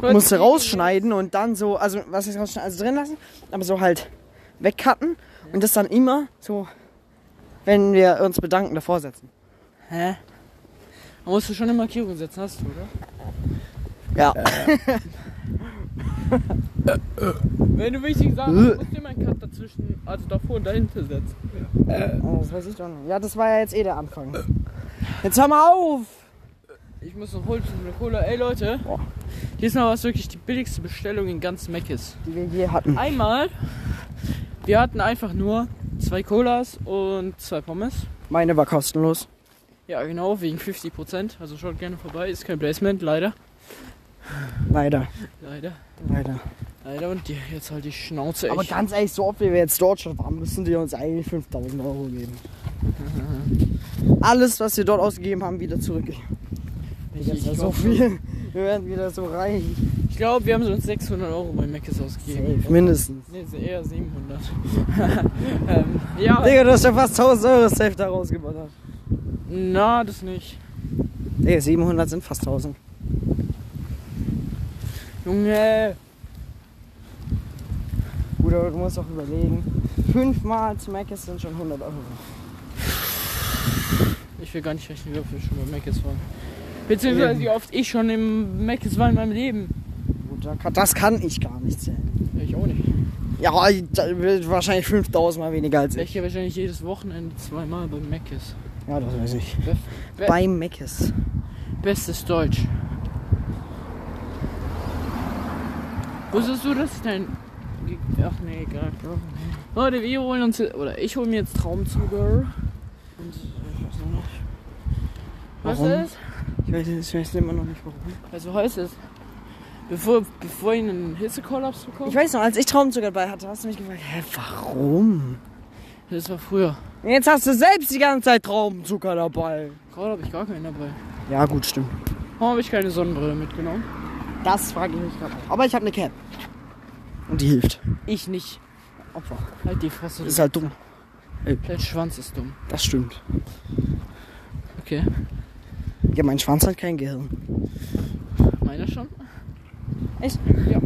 Speaker 2: Musste rausschneiden und dann so, also was ist rausschneiden, also drin lassen, aber so halt wegcutten und das dann immer so, wenn wir uns bedanken, davor setzen.
Speaker 3: Hä? Da musst du schon eine Markierung setzen, hast du, oder? Äh.
Speaker 2: Ja.
Speaker 3: Wenn du wichtig sagst,
Speaker 2: Äh.
Speaker 3: musst du immer einen Cut dazwischen, also davor und dahinter setzen.
Speaker 2: Oh, das weiß ich doch nicht. Ja, das war ja jetzt eh der Anfang. Jetzt hör mal auf!
Speaker 3: Ich muss noch holen eine Cola. Ey Leute, diesmal war es wirklich die billigste Bestellung in ganz Meckes.
Speaker 2: Die wir je hatten.
Speaker 3: Einmal, wir hatten einfach nur zwei Colas und zwei Pommes.
Speaker 2: Meine war kostenlos.
Speaker 3: Ja genau, wegen 50%. Also schaut gerne vorbei, ist kein Placement, leider.
Speaker 2: Leider.
Speaker 3: Leider.
Speaker 2: Leider.
Speaker 3: Leider und die, jetzt halt die Schnauze
Speaker 2: Aber
Speaker 3: echt.
Speaker 2: ganz ehrlich, so oft wie wir jetzt dort schon waren, müssen die uns eigentlich 5000 Euro geben. Alles, was wir dort ausgegeben haben, wieder zurückgeben.
Speaker 3: ich
Speaker 2: Jetzt
Speaker 3: ich,
Speaker 2: so viel. Wir werden wieder so reich.
Speaker 3: ich glaube, wir haben so uns 600 Euro bei Meckes ausgegeben.
Speaker 2: Mindestens.
Speaker 3: Nee, ist eher 700. ähm, ja,
Speaker 2: Digga, du hast ja fast 1000 Euro safe da rausgeballert.
Speaker 3: na, das nicht.
Speaker 2: Digga, 700 sind fast 1000.
Speaker 3: Junge.
Speaker 2: Bruder, du musst auch überlegen. Fünfmal zu Mac sind schon 100 Euro.
Speaker 3: Ich will gar nicht rechnen, wie oft wir schon bei Mc's waren. Beziehungsweise wie oft ich schon im Mc's war in meinem Leben.
Speaker 2: Bruder, das kann ich gar nicht zählen.
Speaker 3: Ich auch nicht.
Speaker 2: Ja, ich- da wird wahrscheinlich 5000 mal weniger als
Speaker 3: Ich
Speaker 2: ich.
Speaker 3: gehe wahrscheinlich jedes Wochenende zweimal bei Mc's.
Speaker 2: Ja, das weiß ich.
Speaker 3: Be- be-
Speaker 2: Bei Meckes.
Speaker 3: Bestes Deutsch. Wusstest du, dass dein... Ge- Ach nee, egal. Leute, wir holen uns... Oder ich hole mir jetzt Traumzuger. Und äh, ich weiß noch nicht. Was
Speaker 2: Warum?
Speaker 3: ist?
Speaker 2: Ich weiß, ich weiß immer noch nicht warum.
Speaker 3: Also heißt es. Bevor, bevor ich einen Hitzekollaps bekomme?
Speaker 2: Ich weiß noch, als ich Traumzucker dabei hatte, hast du mich gefragt, hä, warum?
Speaker 3: Das war früher.
Speaker 2: Jetzt hast du selbst die ganze Zeit Traubenzucker dabei.
Speaker 3: Gerade habe ich gar keinen dabei.
Speaker 2: Ja, gut, stimmt.
Speaker 3: Warum habe ich keine Sonnenbrille mitgenommen?
Speaker 2: Das frage ich mich gerade. auch. Aber ich habe eine Cap. Und die hilft.
Speaker 3: Ich nicht.
Speaker 2: Opfer.
Speaker 3: Halt die Fresse.
Speaker 2: Ist halt dumm.
Speaker 3: Dein Schwanz ist dumm.
Speaker 2: Das stimmt.
Speaker 3: Okay.
Speaker 2: Ja, mein Schwanz hat kein Gehirn.
Speaker 3: Meiner schon?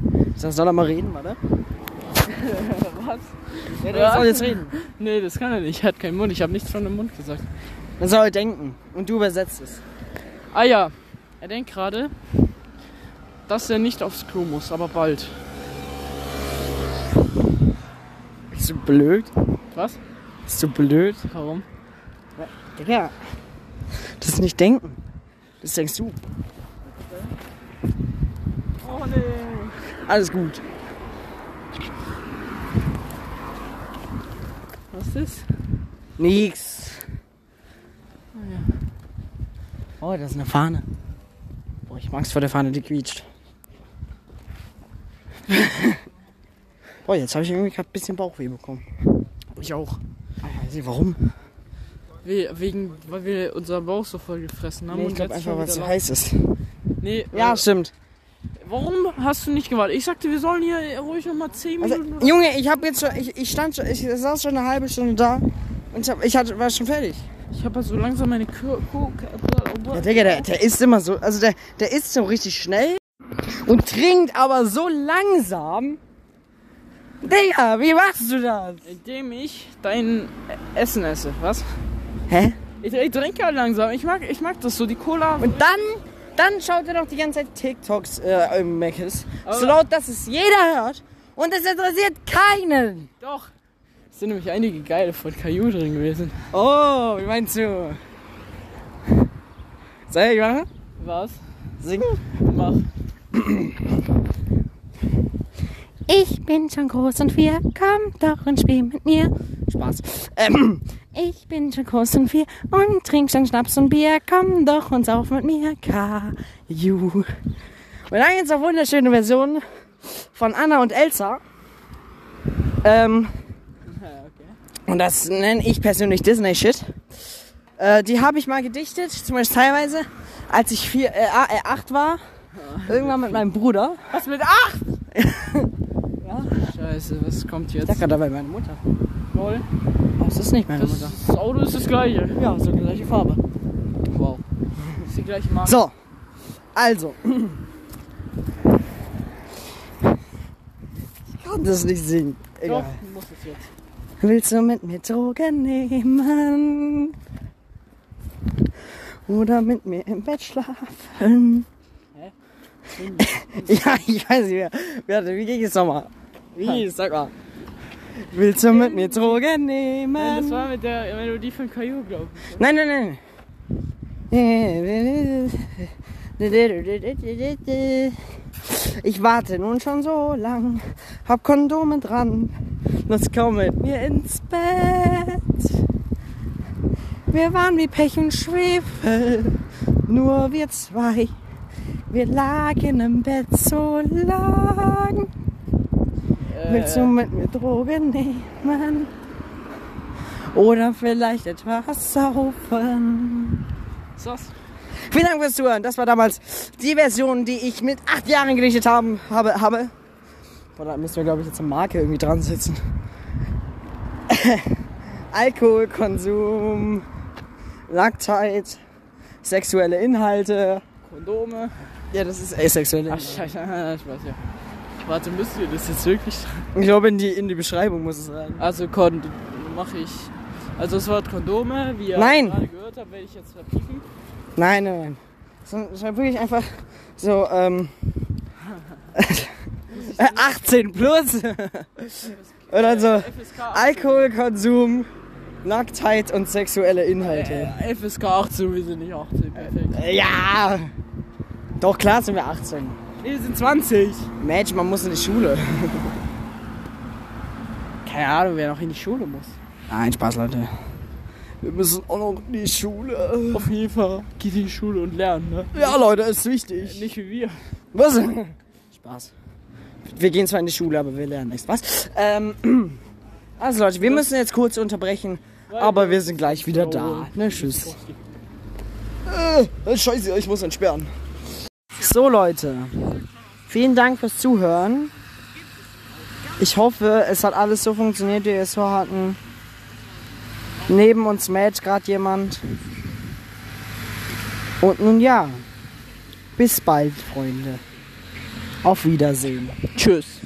Speaker 2: Dann soll er mal reden, warte.
Speaker 3: Was?
Speaker 2: Ja,
Speaker 3: der soll jetzt
Speaker 2: reden.
Speaker 3: Nee, das kann er nicht. Er hat keinen Mund. Ich habe nichts von dem Mund gesagt.
Speaker 2: Dann soll er denken. Und du übersetzt es.
Speaker 3: Ah ja. Er denkt gerade, dass er nicht aufs Klo muss, aber bald.
Speaker 2: Bist du blöd?
Speaker 3: Was?
Speaker 2: Bist du blöd?
Speaker 3: Warum?
Speaker 2: Digga. Das ist nicht denken. Das denkst du.
Speaker 3: Oh nee.
Speaker 2: Alles gut.
Speaker 3: Was ist?
Speaker 2: Nix.
Speaker 3: Ah ja.
Speaker 2: Oh, das ist eine Fahne. Boah, ich hab Angst vor der Fahne, die quietscht. Boah, jetzt habe ich irgendwie gerade ein bisschen Bauchweh bekommen.
Speaker 3: Ich auch.
Speaker 2: Ich weiß nicht warum.
Speaker 3: We wegen, weil wir unseren Bauch so voll gefressen haben.
Speaker 2: Nee,
Speaker 3: und
Speaker 2: ich glaube
Speaker 3: jetzt
Speaker 2: einfach,
Speaker 3: schon wieder
Speaker 2: weil es so
Speaker 3: lau-
Speaker 2: heiß ist.
Speaker 3: Nee,
Speaker 2: Ja,
Speaker 3: äh,
Speaker 2: stimmt.
Speaker 3: warum hast du nicht gewartet? Ich sagte, wir sollen hier ruhig nochmal 10
Speaker 2: Also,
Speaker 3: Minuten.
Speaker 2: Junge, ich habe jetzt schon, ich, ich stand schon, ich saß schon eine halbe Stunde da und ich, hab, ich hatte, war schon fertig.
Speaker 3: Ich habe so langsam meine Kür Kuh- Kuh-
Speaker 2: Ja, Digga, der, der isst immer so, also der, der isst so richtig schnell und trinkt aber so langsam. Digga, wie machst du das?
Speaker 3: Indem ich dein Essen esse, was?
Speaker 2: Hä?
Speaker 3: Ich, ich trinke halt langsam. Ich mag, ich mag das so, die Cola.
Speaker 2: Und dann, dann schaut er doch die ganze Zeit TikToks äh, im Meckes. So
Speaker 3: Aber-
Speaker 2: laut, dass es jeder hört. Und es interessiert keinen.
Speaker 3: Doch. Es sind nämlich einige geile von Caillou drin gewesen.
Speaker 2: Oh, wie meinst du? Soll ich machen?
Speaker 3: Was?
Speaker 2: Singen?
Speaker 3: Mach.
Speaker 6: Ich bin schon groß und vier, komm doch und spiel mit mir.
Speaker 2: Spaß. Ähm,
Speaker 6: Ich bin schon groß und vier und trink schon Schnaps und Bier, komm doch und sauf mit mir.
Speaker 2: Kaju. Wir lange jetzt auf wunderschöne Version von Anna und Elsa. Ähm,
Speaker 3: Ja, okay.
Speaker 2: und das nenne ich persönlich Disney-Shit. Äh, die habe ich mal gedichtet, zumindest teilweise, als ich vier, äh, a- äh, acht war. Irgendwann mit meinem Bruder.
Speaker 3: Was mit 8? ja. Scheiße, was kommt jetzt?
Speaker 2: Da kann dabei meine Mutter.
Speaker 3: Lol.
Speaker 2: Das ist nicht meine
Speaker 3: Das,
Speaker 2: Mutter.
Speaker 3: das Auto ist das gleiche.
Speaker 2: Ja, so die gleiche Farbe.
Speaker 3: Wow. Ist die gleiche Marke.
Speaker 2: So, also. Ich kann das nicht singen.
Speaker 3: Doch,
Speaker 2: Egal.
Speaker 3: muss es jetzt.
Speaker 2: Willst du mit mir Drogen nehmen? Oder mit mir im Bett schlafen?
Speaker 3: Hä?
Speaker 2: ja, ich weiß nicht mehr. Warte, wie ging es nochmal? Wie, sag mal. Willst du mit mir Drogen nehmen?
Speaker 3: Nein, das war mit der Melodie von Caillou, glaube ich.
Speaker 2: Nein, nein, nein. Ich warte nun schon so lang, hab Kondome dran. Los, komm mit mir ins Bett. Wir waren wie Pech und Schwefel, nur wir zwei. Wir lagen im Bett so lang. Willst du mit mir Drogen nehmen? Oder vielleicht etwas saufen?
Speaker 3: Was ist das?
Speaker 2: Vielen Dank fürs Zuhören. Das war damals die Version, die ich mit acht Jahren gedichtet haben, habe, habe. Boah, da müssen wir, glaube ich, jetzt eine Marke irgendwie dran sitzen. Alkoholkonsum, Nacktheit, sexuelle Inhalte.
Speaker 3: Kondome.
Speaker 2: Ja, das ist asexuelle
Speaker 3: Ach,
Speaker 2: Inhalte.
Speaker 3: scheiße, ah, ich weiß ja. Warte, müsst ihr das jetzt wirklich sagen?
Speaker 2: Ich glaube, in die, in die Beschreibung muss es rein.
Speaker 3: Also, Kond mache ich. Also, das Wort Kondome, wie ihr
Speaker 2: Nein.
Speaker 3: gerade gehört habt, werde ich jetzt verpiepen.
Speaker 2: Nein, nein, nein. Sondern schreib wirklich einfach so, ähm. 18 plus. Oder so.
Speaker 3: FSK,
Speaker 2: Alkoholkonsum, Nacktheit und sexuelle Inhalte.
Speaker 3: äh, FSK 18, wir sind nicht 18, perfekt.
Speaker 2: Ja! Doch, klar sind wir 18.
Speaker 3: Nee, wir sind 20.
Speaker 2: Mensch, man muss in die Schule.
Speaker 3: Keine Ahnung, wer noch in die Schule muss.
Speaker 2: Nein, Spaß, Leute. Wir müssen auch noch in die Schule.
Speaker 3: Auf jeden Fall geht in die Schule und lernt, ne?
Speaker 2: Ja, Leute, ist wichtig.
Speaker 3: Nicht wie wir.
Speaker 2: Was? Spaß. Wir gehen zwar in die Schule, aber wir lernen nichts. Was? Ähm, also Leute, wir müssen jetzt kurz unterbrechen, aber wir sind gleich wieder da. Ne, tschüss. Äh, scheiße, ich muss entsperren. So Leute, vielen Dank fürs Zuhören. Ich hoffe, es hat alles so funktioniert, wie wir es vorhatten. Neben uns mäht gerade jemand. Und nun ja, bis bald, Freunde. Auf Wiedersehen.
Speaker 3: Tschüss.